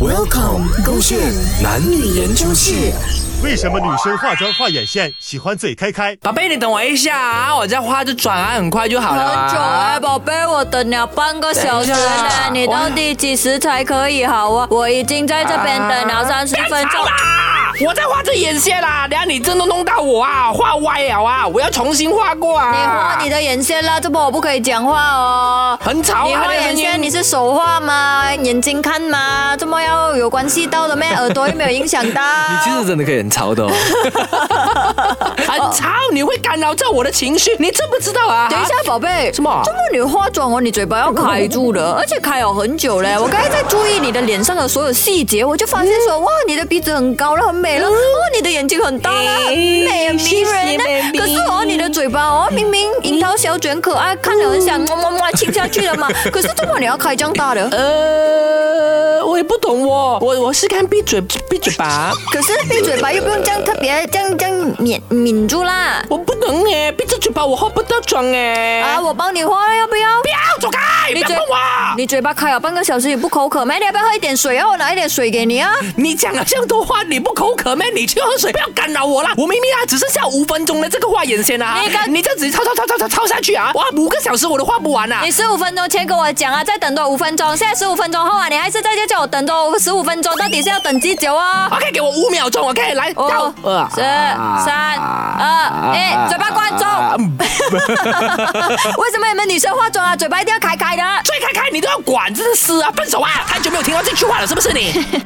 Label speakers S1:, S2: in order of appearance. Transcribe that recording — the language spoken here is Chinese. S1: Welcome，勾线男女研究室。
S2: 为什么女生化妆画眼线喜欢嘴开开？
S3: 宝贝，你等我一下啊，我这话就转啊，很快就好了、啊。
S4: 很久哎、宝贝，我等了半个小时
S3: 等一下
S4: 呢
S3: 啦，
S4: 你到底几时才可以好啊？我已经在这边等了三十分钟
S3: 好。啦，我在画这眼线啦，等下你真的弄到我啊，画歪了啊，我要重新画过啊。
S4: 你画你的眼线啦，这波我不可以讲话哦。
S3: 很吵啊，
S4: 你
S5: 哎
S4: 画眼线，你是手画吗？眼睛看吗？这么要有关系到的咩？耳朵又没有影响到。
S5: 你其实真的可以很潮的哦。
S3: 很吵，你会干扰到我的情绪，你知不知道啊？
S4: 哦等一下，宝贝，
S3: 什么
S4: 这么你化妆哦，你嘴巴要开住 的，而且开了很久
S3: 啊
S4: 嘞。我刚才在注意你的脸上的所有细节，我就发现
S3: 嗯
S4: 说，哇，你的鼻子很高了，很美了，哇，哦你的眼睛很大了，
S3: 哎
S4: 很美，很迷人啊。可是哦，你的嘴巴哦，明明樱桃小卷可爱，看了很
S3: 嗯
S4: 想么么么亲下去了 嘛。可是怎么你要开这样大的？
S3: 呃，我也不懂哦，我我是看闭嘴闭嘴吧，
S4: 可是闭嘴巴又不用这样特别这样这样抿抿住啦。
S3: 我不能哎，闭着嘴巴我画不到妆哎。
S4: 啊，我帮你画了，要不要？
S3: 不要走开，不
S4: 你
S3: 要
S4: 嘴
S3: 碰我。
S4: 你嘴巴开了半个小时也不口渴吗？你要不要喝一点水啊？我拿一点水给你啊。
S3: 你讲了这样多话，你不口渴咩？你去喝水，不要干扰我啦！我明明啊，只剩下五分钟的这个画眼线啊，
S4: 你刚
S3: 你这样子抄抄抄抄抄抄下去啊，哇，五个小时我都画不完啊
S4: 你！十五分钟前跟我讲啊，再等多五分钟，现在十五分钟后啊，你还是在这叫我等多十五分钟，到底是要等几久啊？
S3: OK，给我五秒钟，OK，来，
S4: 五、
S3: 到啊
S4: 四、三、二、一，嘴巴哎关住！
S3: 嗯
S4: 为什么你们女生化妆啊，嘴巴一定要开开的？
S3: 最开开你都要管，真是啊，分手啊！太久没有听到这句话了，是不是你？